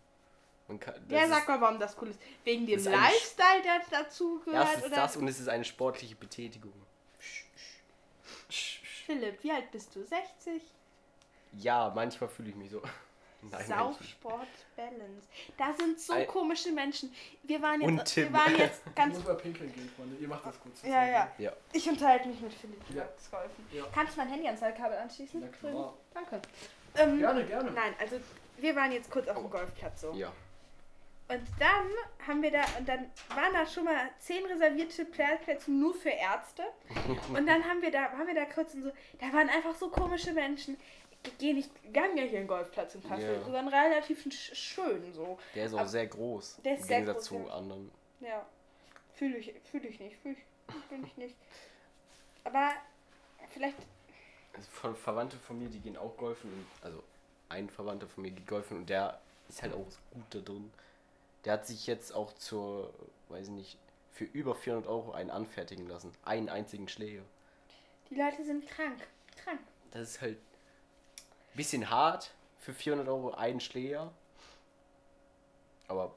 Man kann, das ja, ist, sag mal, warum Hm. das cool ist. Wegen dem ist ein Sch- Lifestyle, der dazu das gehört? ist halt, Oder das und es ist eine sportliche Betätigung. Philipp, wie alt bist du? 60? Ja, manchmal fühle ich mich so. Nein, eigentlich Saufsport Balance. Da sind so Ei- komische Menschen. Wir waren jetzt, Und wir Tim. waren jetzt Ganz ganz. muss mal pinkeln gehen, Freunde. Ihr macht das kurz. Ja, ja. nicht. Ja. Ich unterhalte mich mit Philipp Ja. über das Golfen. Ja. Kannst du mein Handy ans Seilkabel anschließen? Na klar. Drüben? Danke. Ähm, Gerne, gerne. Nein, also wir waren jetzt kurz auf dem Golfplatz ne. so. Oh. Ja. Und dann haben wir da, und dann waren da schon mal zehn reservierte Plä- Plätze nur für Ärzte. Und dann haben wir da, waren wir da kurz und so, da waren einfach so komische Menschen. Ich Geh nicht, wir haben ja hier einen Golfplatz in Kassel, Ja. sondern relativ sch schön so. Der ist auch Aber- sehr groß. Der ist Im sehr Gegensatz groß, zu ja. anderen. Ja, fühle ich, fühl ich nicht, fühle ich, fühl ich nicht. Aber vielleicht, Also von Verwandte von mir, die gehen auch golfen. Und, also ein Verwandter von mir geht golfen und der ist halt auch gut da drin. Der hat sich jetzt auch zur, weiß ich nicht, für über 400 Euro einen anfertigen lassen. Einen einzigen Schläger. die Leute sind krank, krank. Das ist halt ein bisschen hart für 400 Euro einen Schläger. Aber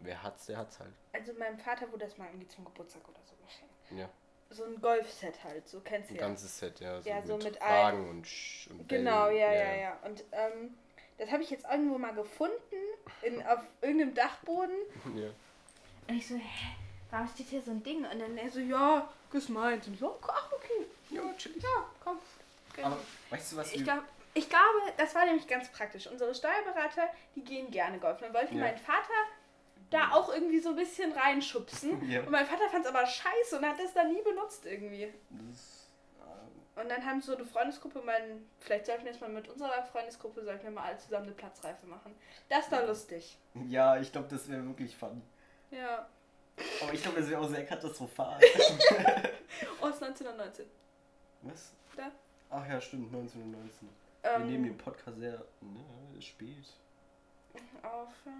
wer hat's, der hat's halt. Also meinem Vater wurde das mal irgendwie zum Geburtstag oder so geschenkt. Ja, So ein Golfset halt, so kennst ein du ja. ganzes Set, ja. So Ja, mit, so mit allen- Fragen und, Sch- und Genau, Bällen, ja, ja, ja. Und ähm, das habe ich jetzt irgendwo mal gefunden in, auf irgendeinem Dachboden. ja. Und ich so, hä, warum steht hier so ein Ding? Und dann er so, ja, ist meins. Und ich so, ach, okay. Ja, chillig. Ja, komm. Genau. Aber weißt du, was Ich, wir- glaub, ich glaube, das war nämlich ganz praktisch. Unsere Steuerberater, die gehen gerne golfen. Dann wollten Ja. mein Vater da auch irgendwie so ein bisschen reinschubsen. Ja. Und mein Vater fand es aber scheiße und hat das dann nie benutzt irgendwie. Das, ähm, Und dann haben so eine Freundesgruppe, mein, vielleicht sollten wir jetzt mal mit unserer Freundesgruppe, sollten wir mal alle zusammen eine Platzreife machen. Das ist dann lustig. äh, ja, ich glaube, das wäre wirklich fun. Ja. Aber ich glaube, das wäre auch sehr katastrophal. Aus 1919. was? Da. Ach ja, stimmt, 1919. Ähm, Wir nehmen den Podcast sehr ne, spät. auf. Ja.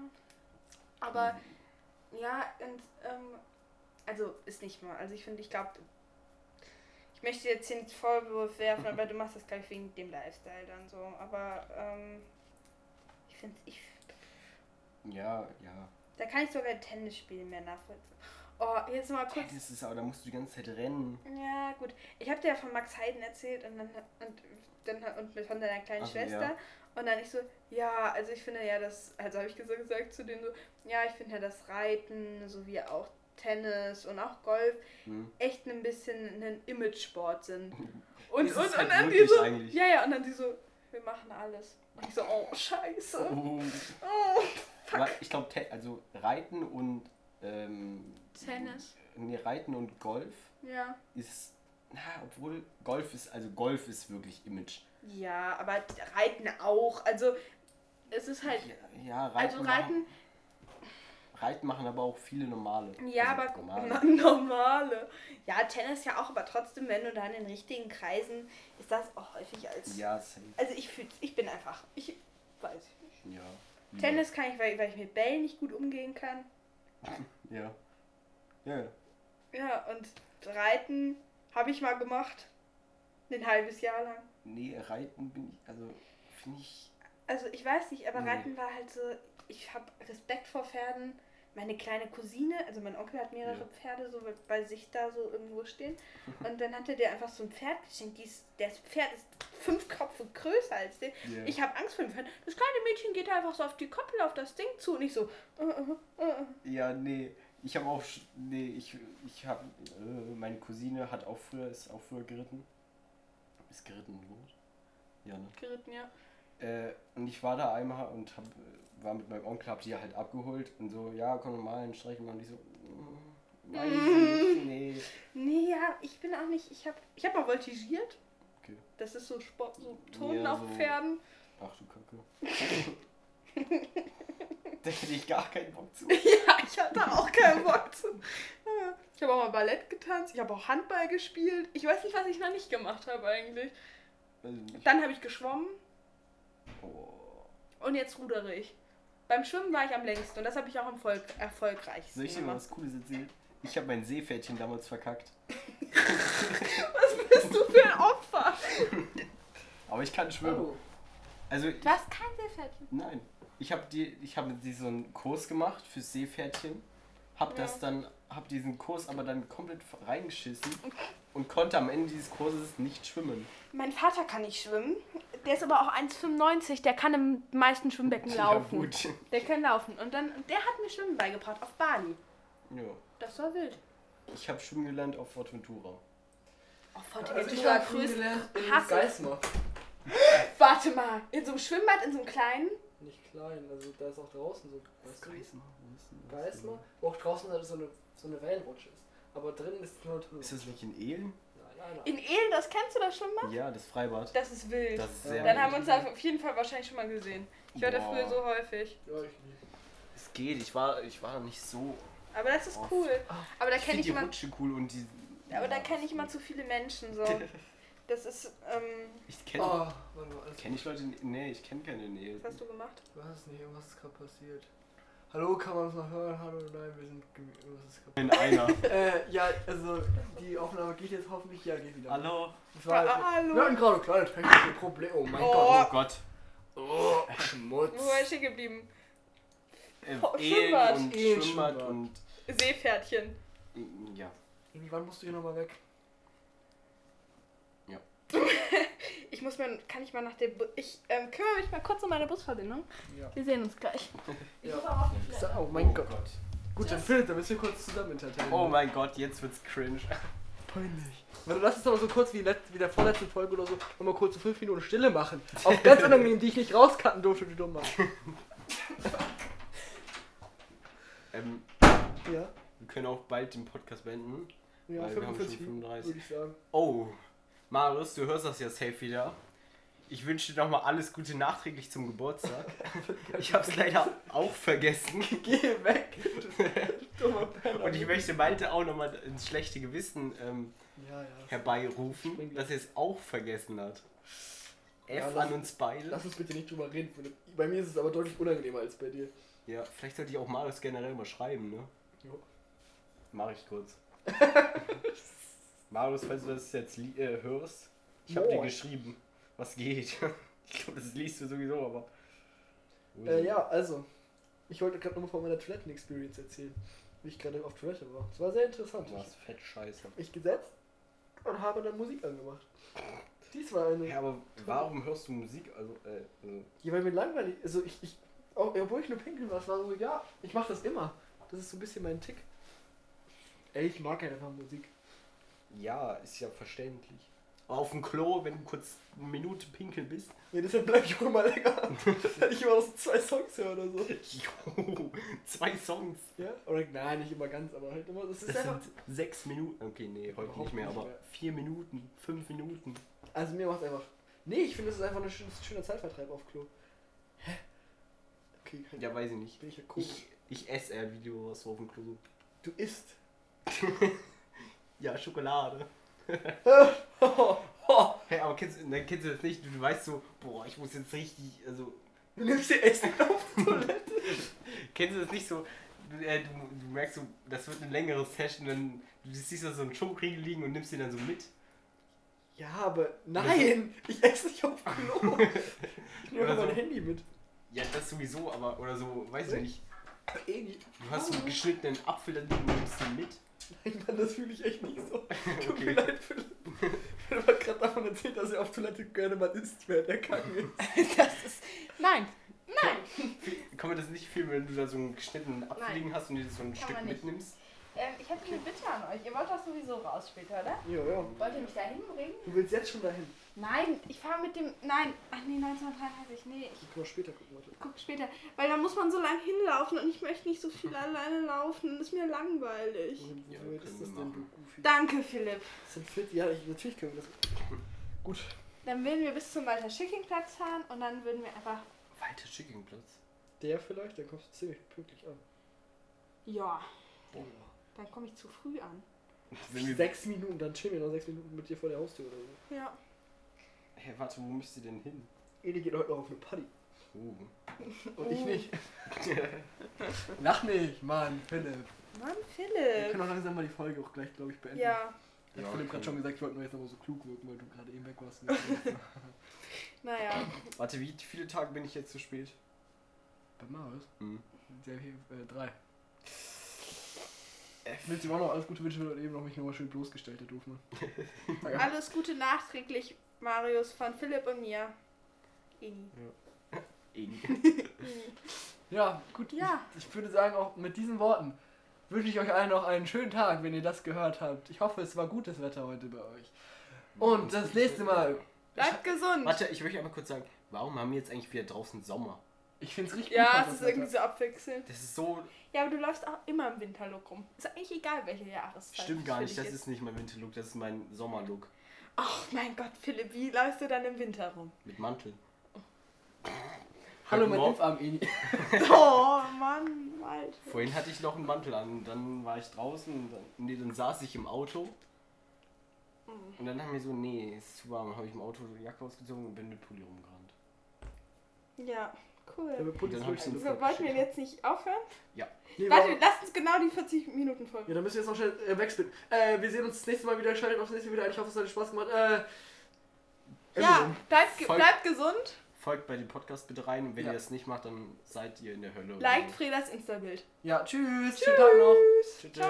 Aber ja, und, ähm, also ist nicht mal. Also ich finde, ich glaube, ich möchte jetzt hier nicht Vorwurf werfen, aber du machst das gleich wegen dem Lifestyle dann so. Aber ähm, ich finde, ich, Ja, ja. da kann ich sogar Tennis spielen mehr nachvollziehen. Oh, jetzt mal kurz. Das ist aber, da musst du die ganze Zeit rennen. Ja, gut. Ich habe dir ja von Max Heiden erzählt und dann und dann und mit- von deiner kleinen Ach, Schwester. ja. Und dann ich so, ja, also ich finde ja das, also habe ich gesagt, gesagt zu denen so, ja, ich finde ja das Reiten sowie auch Tennis und auch Golf Hm. echt ein bisschen ein Image-Sport sind. Und, Ist es und, und halt dann die wirklich so, eigentlich? ja, ja, und dann die so, wir machen alles. Und ich so, oh, scheiße. Oh. Oh, Aber Ich glaube, also Reiten und. Ähm, Tennis. Nee, Reiten und Golf Ja. ist. Na, obwohl Golf ist, also Golf ist wirklich Image. Ja, aber Reiten auch. Also es ist halt, Ja, ja Reiten, also Reiten Machen, Reiten machen aber auch viele normale. Ja, Also aber normale. normale. normale. Ja, Tennis ja auch, aber trotzdem, wenn du da in den richtigen Kreisen, ist das auch häufig als. Ja, safe. Also ich fühl's, ich bin einfach. Ich weiß ich nicht. Ja. Tennis kann ich, weil, weil ich mit Bällen nicht gut umgehen kann. Ja. Ja, ja. Ja, und Reiten habe ich mal gemacht. Ein halbes Jahr lang. Nee, Reiten bin ich, also finde ich. Also ich weiß nicht, aber Nee. Reiten war halt so, ich habe Respekt vor Pferden. Meine kleine Cousine, also mein Onkel hat mehrere Ja. Pferde so bei sich da so irgendwo stehen. Und dann hat er dir einfach so ein Pferd geschenkt. Dies, das Pferd ist fünf Köpfe größer als den. Ja. Ich habe Angst vor dem Pferd. Das kleine Mädchen geht einfach so auf die Koppel, auf das Ding zu. Und ich so, äh, äh, äh. Ja, nee. Ich habe auch. sch- Nee, ich, ich habe. Äh, meine Cousine hat auch früher, ist auch früher geritten. Ist geritten worden. Ja, ne? geritten, ja. Äh, und ich war da einmal und hab, äh, war mit meinem Onkel, hab die halt abgeholt und so, ja, komm mal einen Streich mal. Und ich so, mm, weiß ich nicht, nee. Nee, ja, ich bin auch nicht, ich habe ich hab mal voltigiert. Okay. Das ist so Sport, so Ton Ja, auf so- Pferden. Ach du Kacke. da hätte ich gar keinen Bock zu. Ja, ich hatte auch keinen Bock zu. Ja. Ich habe auch mal Ballett getanzt, ich habe auch Handball gespielt. Ich weiß nicht, was ich noch nicht gemacht habe eigentlich. Also nicht. Dann habe ich geschwommen Oh. und jetzt rudere ich. Beim Schwimmen war ich am längsten und das habe ich auch am Volk erfolgreichsten Soll ich dir mal gemacht. was Cooles erzählen? Ich habe mein Seepferdchen damals verkackt. Was bist du für ein Opfer? Aber ich kann schwimmen. Oh. Hallo. Also, Du hast kein Seepferdchen. nein. Ich habe die, ich habe die so einen Kurs gemacht fürs Seepferdchen. Hab das Ja. dann, hab diesen Kurs aber dann komplett reingeschissen und konnte am Ende dieses Kurses nicht schwimmen. Mein Vater kann nicht schwimmen. Der ist aber auch 1,95. Der kann im meisten Schwimmbecken laufen. Ja, gut. Der kann laufen. Und dann, der hat mir Schwimmen beigebracht auf Bali. Ja. Das war wild. Ich habe schwimmen gelernt auf Fortventura. Auf Forteventura Also ich habe früh grüßt- gelernt in Hass ich. Geismar. Warte mal, in so einem Schwimmbad, in so einem kleinen? Nicht klein, also da ist auch draußen so. Weißt du? Wo ist denn das? Geismar, wo auch draußen halt so eine, so eine Wellenrutsche ist. Aber drinnen ist nur Tunnel. Ist das nicht in Ehlen? Nein, nein, nein. In Ehlen, das kennst du das Schwimmbad? Ja, das Freibad. Das ist wild. Das ist Ja. sehr Dann wild. haben wir uns da auf jeden Fall wahrscheinlich schon mal gesehen. Ich war da Boah. früher so häufig. Ja, ich nicht. Es geht, ich war, ich war nicht so. Aber das ist Oft. cool. Aber da ich kenne find ich die immer, Rutsche cool und die. aber da kenne ich immer zu viele Menschen so. Das ist, ähm, Ich kenne. Oh, warte mal, alles Kenne ich Leute? in- Nee, ich kenne keine in Ehlen. was hast du gemacht? Was? Nee, irgendwas ist gerade passiert. Hallo, kann man uns noch hören? Hallo, nein, wir sind gem- irgendwas ist kaputt. In einer. äh, ja, also die Aufnahme geht jetzt hoffentlich ja geht wieder. Hallo. Das war halt, Ah, Hallo. Wir hatten gerade kleine technische Probleme. Oh mein Oh. Gott. Oh Gott. Oh, Wo war ich Schmutz. hier geblieben? äh, Vor- Ehen Schwimmbad. und Ehen, Schwimmbad Schwimmbad. und Seepferdchen. äh, ja. Irgendwie, wann musst du hier nochmal weg? Ich muss mir, kann ich mal nach dem, Bu ich ähm, kümmere mich mal kurz um meine Busverbindung. Ja. Wir sehen uns gleich. Ich Ja. muss aber auf die Toilette. Oh mein Gott. Gut, dann Philipp, dann müssen wir kurz zusammen entertainen. Oh mein Gott, jetzt wird's cringe. Peinlich. Weil du lass es aber so kurz wie, let, wie der vorletzten Folge oder so nochmal kurz so fünf Minuten Stille machen. Auf ganz unangenehm, die ich nicht rauscutten durfte, du Dummer. Ähm, Ja, wir können auch bald den Podcast beenden. ja, Weil wir haben schon 45 Minuten, 35. würde ich sagen. Oh, Marius, du hörst das ja safe wieder. Ich wünsche dir nochmal alles Gute nachträglich zum Geburtstag. Ich hab's leider auch vergessen. Geh weg, du dummer Penner. Und ich möchte Malte auch nochmal ins schlechte Gewissen ähm, Ja, ja. herbeirufen, dass er es auch vergessen hat. F Ja, lass- an uns beide. Lass uns bitte nicht drüber reden, Philipp. Bei mir ist es aber deutlich unangenehmer als bei dir. Ja, vielleicht sollte ich auch Marius generell mal schreiben, ne? Jo. Mach ich kurz. Marius, falls du das jetzt li- äh, hörst, ich habe dir Moin. geschrieben, was geht. Ich glaube, das liest du sowieso, aber. Äh, ja, also. Ich wollte gerade nochmal von meiner Toiletten-Experience erzählen. Wie ich gerade auf Toilette war. Es war sehr interessant. Du warst fett scheiße. Ich, ich gesetzt und habe dann Musik angemacht. Dies war eine. Ja, aber warum hörst du Musik? Also, äh, also Ja, weil mir langweilig. Also ich, ich auch, obwohl ich nur pinkeln war, es war so, ja, ich mache das immer. Das ist so ein bisschen mein Tick. Ey, ich mag halt einfach Musik. ja, ist ja verständlich. Aber auf dem Klo, wenn du kurz eine Minute pinkeln bist. Ja, deshalb bleibe ich auch immer länger. Weil ich immer so zwei Songs höre oder so. Jo, zwei Songs. Ja? Oder nein, nicht immer ganz, aber halt immer. Das ist Das einfach. sind sechs Minuten. Okay, nee, heute Überhaupt nicht mehr, nicht aber mehr. vier Minuten, fünf Minuten. Also mir macht's einfach. Nee, ich finde, es ist einfach ein schönes, schöner Zeitvertreib auf Klo. Hä? Okay, kein Ja, weiß ich nicht. bin ich ja komisch. Ich, ich esse eher Video was auf dem Klo. Du isst. Ja, Schokolade. Oh. du Hey, aber kennst, ne, kennst du das nicht? Du, du weißt so, boah, ich muss jetzt richtig, also, nimmst dir Essen auf die Toilette. kennst du das nicht so? Du, äh, du, du merkst so, das wird eine längere Session, dann du siehst da so einen Schokoriegel liegen und nimmst den dann so mit. Ja, aber nein, ich esse nicht auf Klo. Ich nehme Oder mein so. Handy mit. Ja, das sowieso, aber, oder so, weiß ich nicht. Eh nicht. Du hast so Ah. einen geschnittenen Apfel da liegen und nimmst den mit. Nein, Mann, das fühle ich echt nicht so. Tut Okay. mir leid, Philipp. Philipp hat gerade davon erzählt, dass er auf Toilette gerne mal isst, während er kacken ist. Das ist, nein, Kann man das nicht filmen, wenn du da so einen geschnittenen Apfel Nein. liegen hast und dir so ein Kann Stück man nicht. mitnimmst? Ähm, ich hätte eine Bitte an euch. Ihr wollt das sowieso raus später, oder? Ja, ja. Wollt ihr mich da hinbringen? Du willst jetzt schon dahin. Nein, ich fahre mit dem. Nein, ach nee, 1933. Nee, ich Ich kann mal später gucken, warte. guck später. Weil da muss man so lang hinlaufen und ich möchte nicht so viel alleine laufen. Ist mir langweilig. Wohin, Ja, wohin können ist wir das denn, du machen. Goofy? Danke, Philipp. Sind fit? Ja, ich, natürlich können wir das. Gut. Dann würden wir bis zum Walter Schickingplatz fahren und dann würden wir einfach. Walter Schickingplatz. Der vielleicht, dann kommst du ziemlich pünktlich an. Ja, Oh. Boah. dann komme ich zu früh an. Wenn wir, Sechs Minuten, dann chillen wir noch sechs Minuten mit dir vor der Haustür oder so. Ja. Hä, warte, wo müsst ihr denn hin? Edi geht heute noch auf eine Party. Oh. Und ich nicht. Lach nicht, Mann, Philipp. Mann, Wir Philipp. können auch langsam mal die Folge auch gleich, glaube ich, beenden. Äh, Ja, Hat Ja, Philipp okay. gerade schon gesagt, ich wollte nur jetzt aber so klug wirken, weil du gerade eben weg warst. naja. Warte, wie viele Tage bin ich jetzt zu spät? Bei Marius? Hm. Der hier, äh, drei. Ich will dir auch noch alles Gute wünschen, weil du eben noch mich nochmal schön bloßgestellt hast, ne? Doofmann. Danke. Alles Gute nachträglich, Marius, von Philipp und mir. Ini. Ja, gut. Ja. Ich, ich würde sagen, auch mit diesen Worten wünsche ich euch allen noch einen schönen Tag, wenn ihr das gehört habt. Ich hoffe, es war gutes Wetter heute bei euch. Und das nächste Mal, Bleibt gesund. Warte, ich möchte einmal kurz sagen, warum haben wir jetzt eigentlich wieder draußen Sommer? ich finde es richtig Ja, gut. es ist das Wetter. irgendwie so abwechselnd. Das ist so. Ja, aber du läufst auch immer im Winterlook rum. Ist eigentlich egal, welche Jahreszeit. Stimmt gar für nicht, dich das ist nicht mein Winterlook, das ist mein Sommerlook. Ach mein Gott, Philipp, wie läufst du dann im Winter rum? Mit Mantel. Hallo, Heute mein Morgen- Impfarm, Eni. Oh Mann, Alter. Vorhin hatte ich noch einen Mantel an, dann war ich draußen, und dann, nee, dann saß ich im Auto. Und dann haben wir so, nee, ist zu warm. Dann habe ich im Auto die Jacke ausgezogen und bin mit Pulli rumgerannt. Ja, cool. Dann hab ich so- So, wollten wir jetzt nicht aufhören? Nee, Warte, warum- lasst uns genau die 40 Minuten Ja, folgen. dann müssen wir jetzt noch schnell äh, wegspinnen. Äh, wir sehen uns das nächste Mal wieder. Schaltet auch das nächste Mal wieder ein. Ich hoffe, es hat euch Spaß gemacht. Äh, Ja, bleibt, ge Voll- bleibt gesund. folgt bei dem Podcast bitte rein und wenn Ja. ihr das nicht macht, dann seid ihr in der Hölle. Liked Fredas Insta-Bild. Ja, tschüss. Schönen Tag noch. Tschüss. Tschüss.